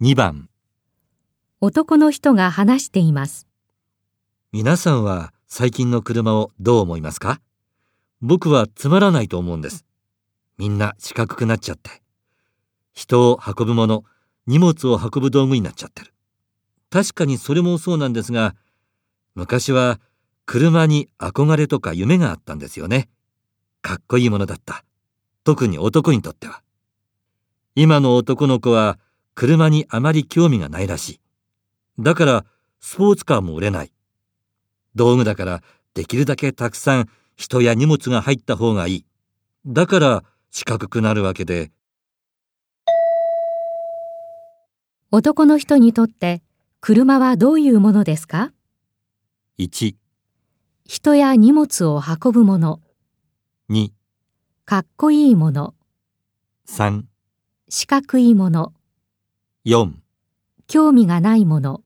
2番男の人が話しています。皆さんは最近の車をどう思いますか僕はつまらないと思うんです。みんな四角くなっちゃって。人を運ぶもの、荷物を運ぶ道具になっちゃってる。確かにそれもそうなんですが、昔は車に憧れとか夢があったんですよね。かっこいいものだった。特に男にとっては。今の男の子は車にあまり興味がないらしい。だからスポーツカーも売れない。道具だからできるだけたくさん人や荷物が入った方がいい。だから四角くなるわけで、男の人にとって車はどういうものですか1、人や荷物を運ぶもの、 2、かっこいいもの、 3、四角いもの、 4興味がないもの、